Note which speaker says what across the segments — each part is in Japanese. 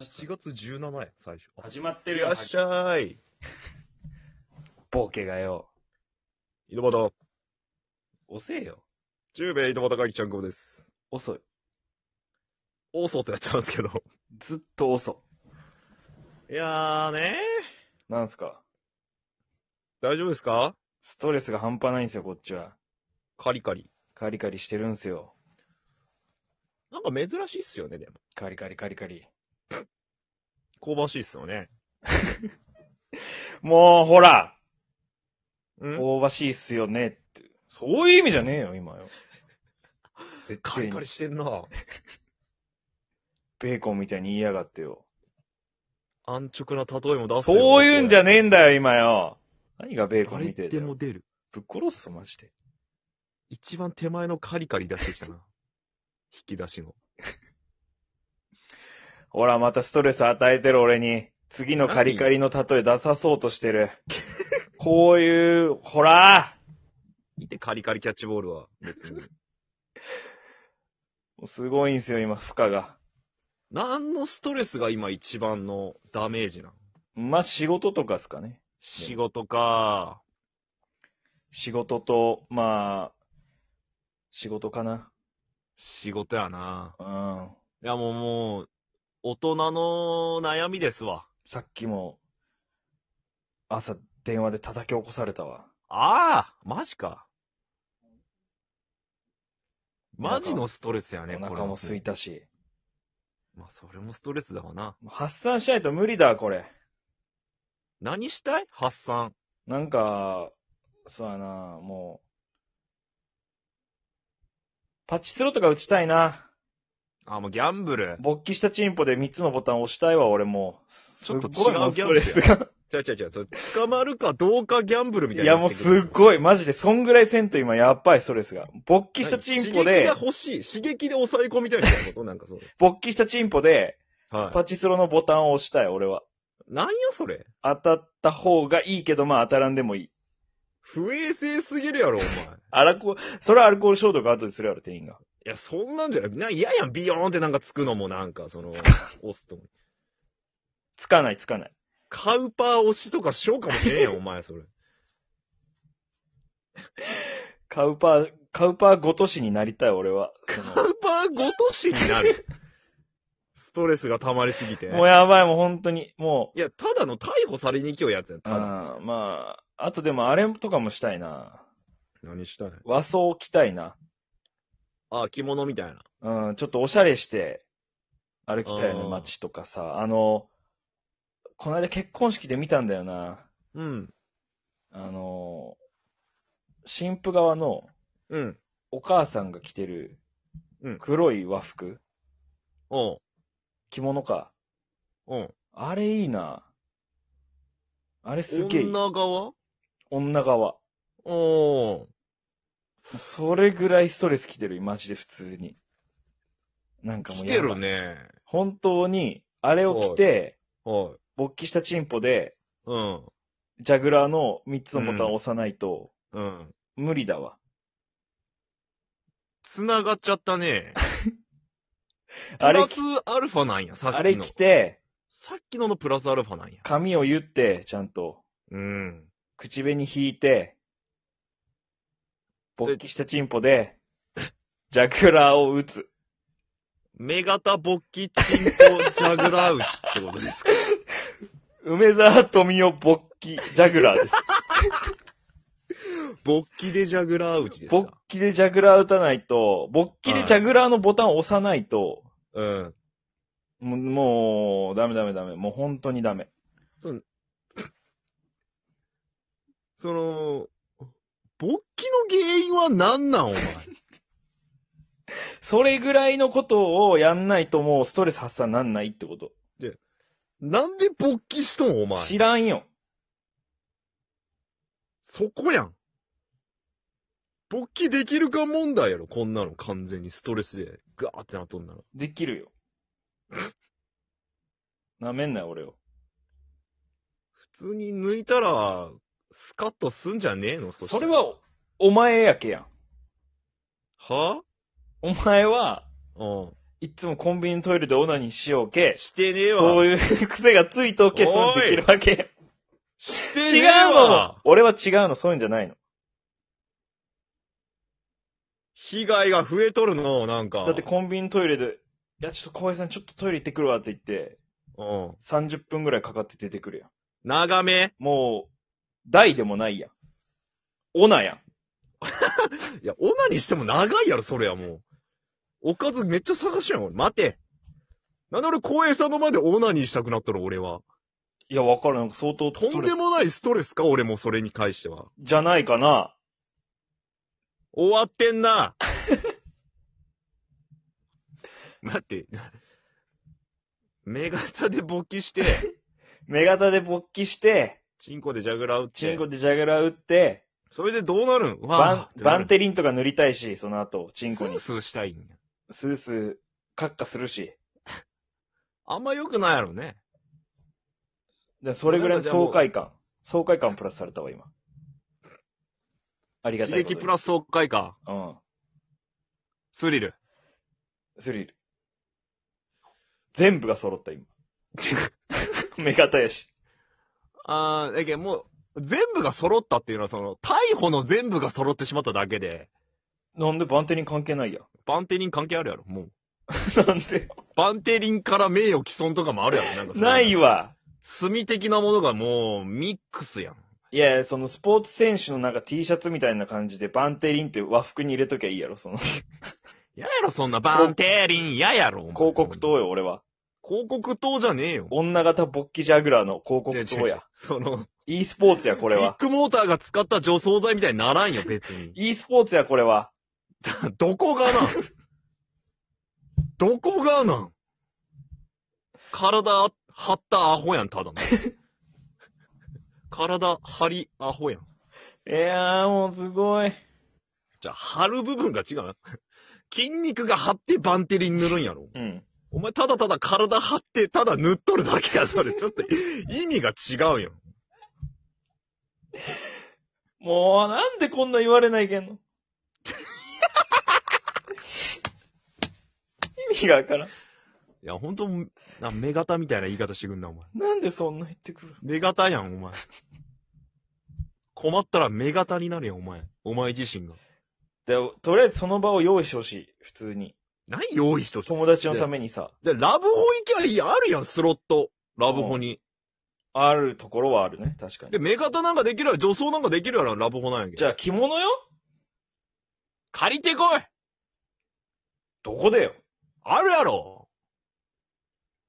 Speaker 1: 4月17や、最初。あ
Speaker 2: 始まって
Speaker 3: い
Speaker 2: るよ。
Speaker 3: らっしゃい。
Speaker 2: ボケがよ。
Speaker 3: 井戸端、
Speaker 2: 遅えよ。
Speaker 3: 中米井戸端会議ちゃんこです。
Speaker 2: 遅い。
Speaker 3: オーソとやってますけど。
Speaker 2: ずっと遅。
Speaker 3: いやーね
Speaker 2: なんすか
Speaker 3: 大丈夫ですか
Speaker 2: ストレスが半端ないんですよ、こっちは。
Speaker 3: カリカリ。
Speaker 2: カリカリしてるんすよ。
Speaker 3: なんか珍しいっすよね、でも。
Speaker 2: カリカリカリカリ。
Speaker 3: 香ばしいっすよね。
Speaker 2: もう、ほら
Speaker 3: うん
Speaker 2: 香ばしいっすよねって。そういう意味じゃねえよ、今よ。絶
Speaker 3: カ
Speaker 2: 対
Speaker 3: リ
Speaker 2: に
Speaker 3: カリしてんな
Speaker 2: ベーコンみたいに言いやがってよ。
Speaker 3: 安直な例えも出すよ
Speaker 2: そういうんじゃ
Speaker 3: ね
Speaker 2: ねえんだよ、今よ。何がベーコン
Speaker 1: 誰
Speaker 2: みてえだ
Speaker 1: で
Speaker 2: よ
Speaker 1: も。出る。
Speaker 2: ぶっ殺すぞ、マジで。
Speaker 3: 一番手前のカリカリ出してきた な。引き出しの。
Speaker 2: ほら、またストレス与えてる俺に、次のカリカリの例え出さそうとしてる。こういう、ほら
Speaker 3: いて、カリカリキャッチボールは別に。
Speaker 2: すごいんすよ、今、負荷が。
Speaker 3: 何のストレスが今一番のダメージなの
Speaker 2: まあ、仕事とかっすかね。
Speaker 3: 仕事か
Speaker 2: 仕事と、まあ、仕事かな。
Speaker 3: 仕事やな
Speaker 2: うん。
Speaker 3: いやもうもう、大人の悩みですわ。
Speaker 2: さっきも、朝、電話で叩き起こされたわ。
Speaker 3: ああマジか。マジのストレスやね、
Speaker 2: お
Speaker 3: これ
Speaker 2: 腹
Speaker 3: は
Speaker 2: も空いたし。
Speaker 3: まあ、それもストレスだわな。
Speaker 2: 発散しないと無理だ、これ。
Speaker 3: 何したい発散。
Speaker 2: なんか、そうやな、もう、パチスロとか打ちたいな。
Speaker 3: あ、もうギャンブル。
Speaker 2: 勃起したチンポで3つのボタン押したいわ、俺もう。
Speaker 3: ちょっと違う
Speaker 2: すごいもストレス
Speaker 3: ギ
Speaker 2: が。
Speaker 3: ちゃうちゃうちゃう、それ捕まるかどうかギャンブルみ
Speaker 2: い
Speaker 3: たいにな
Speaker 2: や、
Speaker 3: っ
Speaker 2: もう
Speaker 3: てくる。
Speaker 2: すっごい、マジで、そんぐらいせんと今、やっばい、ストレスが。勃起したチンポ
Speaker 3: 何刺
Speaker 2: で
Speaker 3: 激、が欲しい。刺激で抑え込みたいなことなんかそう。
Speaker 2: 勃起したチンポで、
Speaker 3: はい。
Speaker 2: パチスロのボタンを押したい、俺は。
Speaker 3: なんやそれ。
Speaker 2: 当たった方がいいけど、まあ当たらんでもいい。
Speaker 3: 不衛生すぎるやろ、お前。い
Speaker 2: アラコ、それはアルコール消毒後でするやろ、店員が。
Speaker 3: や、そんなんじゃない。な、嫌やん、ビヨーンってなんかつくのもなんか、その、押すとも。
Speaker 2: つかない、つかない。
Speaker 3: カウパー押しとかしようかもねえ よ、お前、それ。
Speaker 2: カウパー、カウパーごとしになりたい、俺は。その
Speaker 3: カウパーごとしになる。ストレスが溜まりすぎて。
Speaker 2: もうやばい、もう本当に。も
Speaker 3: いや、ただの逮捕されに行きようやつやん。
Speaker 2: う、
Speaker 3: ただ。
Speaker 2: あーまあ、あとでもあれとかもしたいな。
Speaker 3: 何したい
Speaker 2: 和装着たいな。
Speaker 3: あ、着物みたいな。
Speaker 2: うん、ちょっとおしゃれして歩きたいよ
Speaker 3: あ
Speaker 2: ね、
Speaker 3: ー
Speaker 2: 街とかさ。あの、この間結婚式で見たんだよな。
Speaker 3: うん。
Speaker 2: あの、新婦側の
Speaker 3: うん。
Speaker 2: お母さんが着てる
Speaker 3: うん
Speaker 2: 黒い和服、
Speaker 3: おう。
Speaker 2: 着物か。
Speaker 3: おう。
Speaker 2: あれいいな。あれすげえいい
Speaker 3: 女側
Speaker 2: 女側。
Speaker 3: おう。
Speaker 2: それぐらいストレス来てる、マジで普通に。なんかも
Speaker 3: 来
Speaker 2: う
Speaker 3: て
Speaker 2: やばい
Speaker 3: る。ね。
Speaker 2: 本当に、あれを着て、
Speaker 3: はい。
Speaker 2: 勃起したチンポで、
Speaker 3: うん。
Speaker 2: ジャグラーの3つのボタンを押さないと、
Speaker 3: うん。
Speaker 2: 無理だわ。
Speaker 3: 繋がっちゃったね。
Speaker 2: あ
Speaker 3: プ
Speaker 2: れ
Speaker 3: ラ
Speaker 2: き
Speaker 3: スアルファなんや、さっ
Speaker 2: あ
Speaker 3: き
Speaker 2: れ
Speaker 3: の
Speaker 2: 着。て、
Speaker 3: さっきののプラスアルファなんや。
Speaker 2: 髪を言って、ちゃんと、
Speaker 3: うん。
Speaker 2: 口紅引いて、勃起したチンポで、ジャグラーを打つ。
Speaker 3: 目型勃起チンポジャグラー打ちってことです か
Speaker 2: 梅沢富美男勃起、ジャグラーです。
Speaker 3: 勃起でジャグラー打ちです
Speaker 2: 勃
Speaker 3: か
Speaker 2: 起でジャグラー打たないと、勃起でジャグラーのボタンを押さないと、
Speaker 3: うん。
Speaker 2: もう、もうダメダメダメ。もう本当にダメ。
Speaker 3: その、勃起の原因は何なんお前。
Speaker 2: それぐらいのことをやんないともうストレス発散なんないってこと。
Speaker 3: なんで勃起しとんお前。
Speaker 2: 知らんよ。
Speaker 3: そこやん。勃起できるか問題やろ、こんなの完全にストレスでガーってなっとんなら。
Speaker 2: できるよ。なめんなよ、俺を。
Speaker 3: 普通に抜いたら、スカッとすんじゃねえのそした
Speaker 2: それ
Speaker 3: ら
Speaker 2: は、お前やけやん。
Speaker 3: は
Speaker 2: お前は、
Speaker 3: うん。
Speaker 2: いつもコンビニのトイレでオナニーしようけ。
Speaker 3: してねえわ。
Speaker 2: そういう癖がついとけ、そ
Speaker 3: お
Speaker 2: う
Speaker 3: い
Speaker 2: できるわけ。
Speaker 3: してね
Speaker 2: 違
Speaker 3: え
Speaker 2: うの
Speaker 3: わ。
Speaker 2: 俺は違うの、そういうんじゃないの。
Speaker 3: 被害が増えとるの、なんか。
Speaker 2: だってコンビニトイレで、いや、ちょっと浩平さんちょっとトイレ行ってくるわって言って、
Speaker 3: うん。
Speaker 2: 30分ぐらいかかって出てくるやん。
Speaker 3: 長め。
Speaker 2: もう、大でもないやん。オナやん。
Speaker 3: いや、オナにしても長いやろ、それやもう。おかずめっちゃ探しやん、俺。待て。なんで俺、光栄さんの前でオナにしたくなったの、俺は。
Speaker 2: いや、わかる。なんか相当
Speaker 3: とんで
Speaker 2: ストレ
Speaker 3: もないストレスか、俺もそれに関しては。
Speaker 2: スじゃないかな。
Speaker 3: 終わってん な。待って。目型で勃起して、
Speaker 2: 目型で勃起して、
Speaker 3: チンコでジャグラー打って。
Speaker 2: チンコでジャグラー打って、
Speaker 3: それでどうなるん
Speaker 2: バ
Speaker 3: わ
Speaker 2: ン、バン
Speaker 3: テ
Speaker 2: テリンとか塗りたいし、その後、チンコに。
Speaker 3: スースーしたいんや。
Speaker 2: スースー、カッカするし。
Speaker 3: あんま良くないやろね。
Speaker 2: でそれぐらいの爽快感。爽快感プラスされたわ、今。ありが
Speaker 3: 刺
Speaker 2: たいことに。
Speaker 3: 激プラス爽快感。
Speaker 2: うん。
Speaker 3: ス リル。
Speaker 2: スリル。全部が揃った、今。目型やし。
Speaker 3: あー、だけどもう、全部が揃ったっていうのは、その、逮捕の全部が揃ってしまっただけで、
Speaker 2: なんでバンテリン関係ないや。
Speaker 3: バンテリン関係あるやろ、もう。
Speaker 2: なんで
Speaker 3: バンテリンから名誉毀損とかもあるやろ、なんかその
Speaker 2: ない。わ。
Speaker 3: 罪的なものがもう、ミックスやん。
Speaker 2: いや、そのスポーツ選手のなんか T シャツみたいな感じでバンテリンって和服に入れときゃいいやろ、そ の。
Speaker 3: ややろ、そんな、バンテリン、ややろ、お前
Speaker 2: 広告。塔よ、俺は。
Speaker 3: 広告塔じゃねえよ。
Speaker 2: 女型勃起ジャグラーの広告
Speaker 3: 違う
Speaker 2: 塔
Speaker 3: 違う
Speaker 2: や。
Speaker 3: その、
Speaker 2: e スポーツや、こ
Speaker 3: ビ
Speaker 2: れ
Speaker 3: ッ
Speaker 2: は。
Speaker 3: グモーターが使った除草剤みたいにならんよ、別に。
Speaker 2: e スポーツや、これは。
Speaker 3: どこがなんどこがなん体張ったアホやん、ただの。体張りアホやん。
Speaker 2: いやー、もうすごい。
Speaker 3: じゃあ、張る部分が違うな。筋肉が張ってバンテリン塗るんやろ。
Speaker 2: うん。
Speaker 3: お前ただただ体張って、ただ塗っとるだけや、それ。ちょっと意味が違うやん。
Speaker 2: もう、なんでこんな言われないけんの 意味がわからん。
Speaker 3: いや、ほんと、な目型みたいな言い方してくんな、お前。
Speaker 2: なんでそんな言ってくる
Speaker 3: 目型やん、お前。困ったら目型になるやん、お前。お前自身が。
Speaker 2: で、とりあえずその場を用意してほしい。普通に。
Speaker 3: 何用意しとった
Speaker 2: 友達のためにさ、
Speaker 3: で、ラブホ行きゃいい、あるやん、スロット。ラブホに。
Speaker 2: あるところはあるね。確かに
Speaker 3: で、。目型なんかできるやろ、女装なんかできるやろ、ラブホなんやけ
Speaker 2: じゃあ着物よ
Speaker 3: 借りてこい
Speaker 2: どこでよ
Speaker 3: あるやろ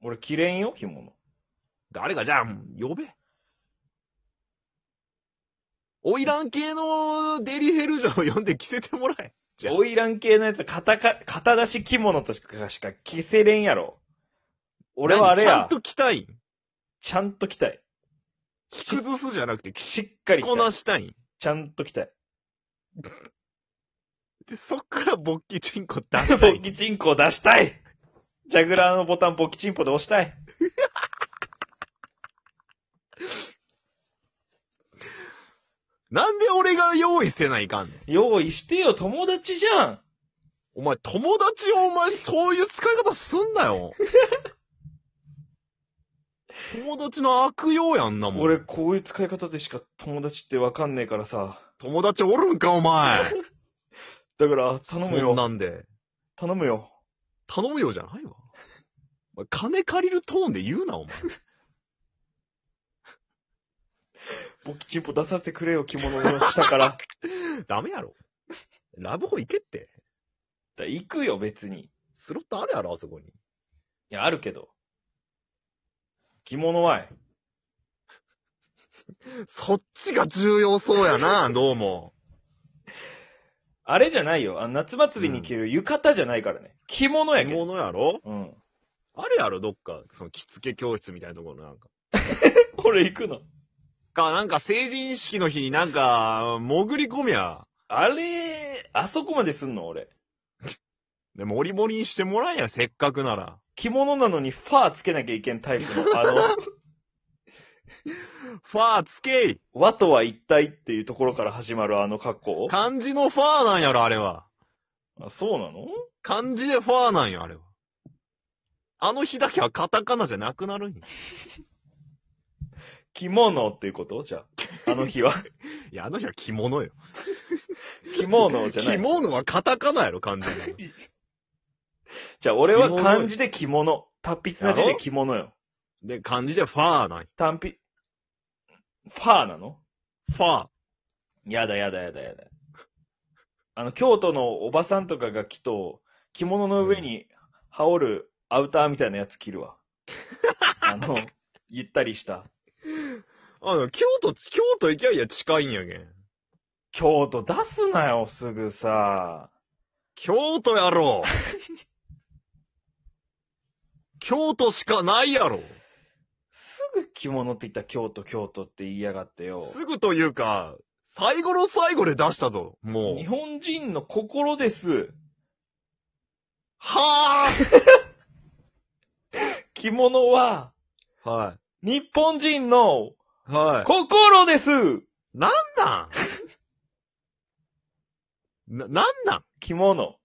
Speaker 2: 俺着れんよ、着物。
Speaker 3: 誰かじゃあ、呼べ。オイラン系のデリヘルジョを呼んで着せてもらえ。じゃあ
Speaker 2: オイラン系のやつ、肩か、肩出し着物としかしか着せれんやろ。俺はあれ
Speaker 3: 何ちゃん
Speaker 2: や、
Speaker 3: と着たいん。
Speaker 2: ちゃんと着たい。
Speaker 3: 着崩すじゃなくて、着
Speaker 2: しっかり着
Speaker 3: こ
Speaker 2: たい。
Speaker 3: なしたいん。
Speaker 2: ちゃんと着たい。
Speaker 3: で、そっから勃起チンコ出した
Speaker 2: ボ
Speaker 3: い。
Speaker 2: キチンコを出したいジャグラーのボタンボキチンポで押したい。
Speaker 3: なんで俺が用意せないかんの
Speaker 2: 用意してよ、友達じゃん
Speaker 3: お前、友達をお前、そういう使い方すんな よ。友達の悪用やんなもん。
Speaker 2: 俺、、こういう使い方でしか友達ってわかんねえからさ。
Speaker 3: 友達おるんか、お前。
Speaker 2: だから、頼む
Speaker 3: そん
Speaker 2: よ。
Speaker 3: なんで。
Speaker 2: 頼むよ。
Speaker 3: 頼むよじゃないわ。お前金借りるトーンで言うな、お前。
Speaker 2: ボキチンポ出させてくれよ、着物をした から。
Speaker 3: ダメやろ。ラブホ行けって。
Speaker 2: だ行くよ、別に。い
Speaker 3: スロットあるやろ、あそこに。
Speaker 2: や、あるけど。着物はい。
Speaker 3: そっちが重要そうや な、どうも。
Speaker 2: あれじゃないよ。あの夏祭りに着る浴衣じゃないからね。着物や
Speaker 3: 着
Speaker 2: けど。
Speaker 3: 物やろ
Speaker 2: うん。
Speaker 3: あるやろ、どっか。その、着付け教室みたいなところのなんか。
Speaker 2: 俺行くの。
Speaker 3: か、なんか成人式の日になんか、潜り込みゃ。
Speaker 2: あれ、あそこまですんの俺。
Speaker 3: で、モリモリにしてもらえんや、せっかくなら。
Speaker 2: 着物なのにファーつけなきゃいけんタイプ の、あの、
Speaker 3: ファーつけい
Speaker 2: 和とは一体っていうところから始まるあの格好
Speaker 3: 漢字のファーなんやろ、あれは。
Speaker 2: あそうなの
Speaker 3: 漢字でファーなんや、あれは。あの日だけはカタカナじゃなくなるんよ
Speaker 2: 着物っていうことじゃあ。あの 日は。
Speaker 3: いや、あの日は着物よ。
Speaker 2: 着物じゃな
Speaker 3: 着
Speaker 2: い。
Speaker 3: 物はカタカナやろ、完全に。
Speaker 2: じゃあ、俺は漢字で着物。達筆な字で着物よ。
Speaker 3: で、漢字でファーなんよ
Speaker 2: 単筆。ファーなの
Speaker 3: ファー。
Speaker 2: やだやだやだやだ。あの、京都のおばさんとかが着と、着物の上に羽織るアウターみたいなやつ着るわ。あの、ゆったりした。
Speaker 3: あの、京都、京都行きゃいや近いんやけん。
Speaker 2: 京都出すなよ、すぐさ。
Speaker 3: 京都やろ 京都しかないやろ
Speaker 2: すぐ着物って言ったら京都、京都って言いやがってよ。
Speaker 3: すぐというか、最後の最後で出したぞ、も
Speaker 2: 日
Speaker 3: う。
Speaker 2: 本人の心です。
Speaker 3: は
Speaker 2: 着物は、
Speaker 3: ぁは
Speaker 2: 日本人の
Speaker 3: い。はい。
Speaker 2: 心です
Speaker 3: なんなんな、なんなん
Speaker 2: 着物。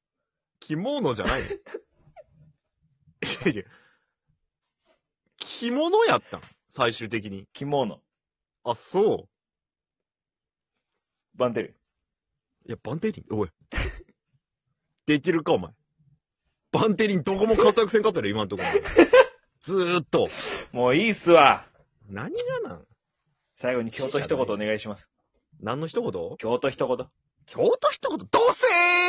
Speaker 3: 着物じゃないのいやいや。着物やったん最終的に。
Speaker 2: 着物。
Speaker 3: あ、そ
Speaker 2: バンテル。
Speaker 3: う。いや、バンテリン、おい。できるか、お前。バンテリンどこも活躍せんかったら、今のところ。ずーっと。
Speaker 2: もういいっすわ。
Speaker 3: 何がなん
Speaker 2: 最後に京都一言お願いします。
Speaker 3: 何の一言
Speaker 2: 京都一言。
Speaker 3: 京都一言、どうせー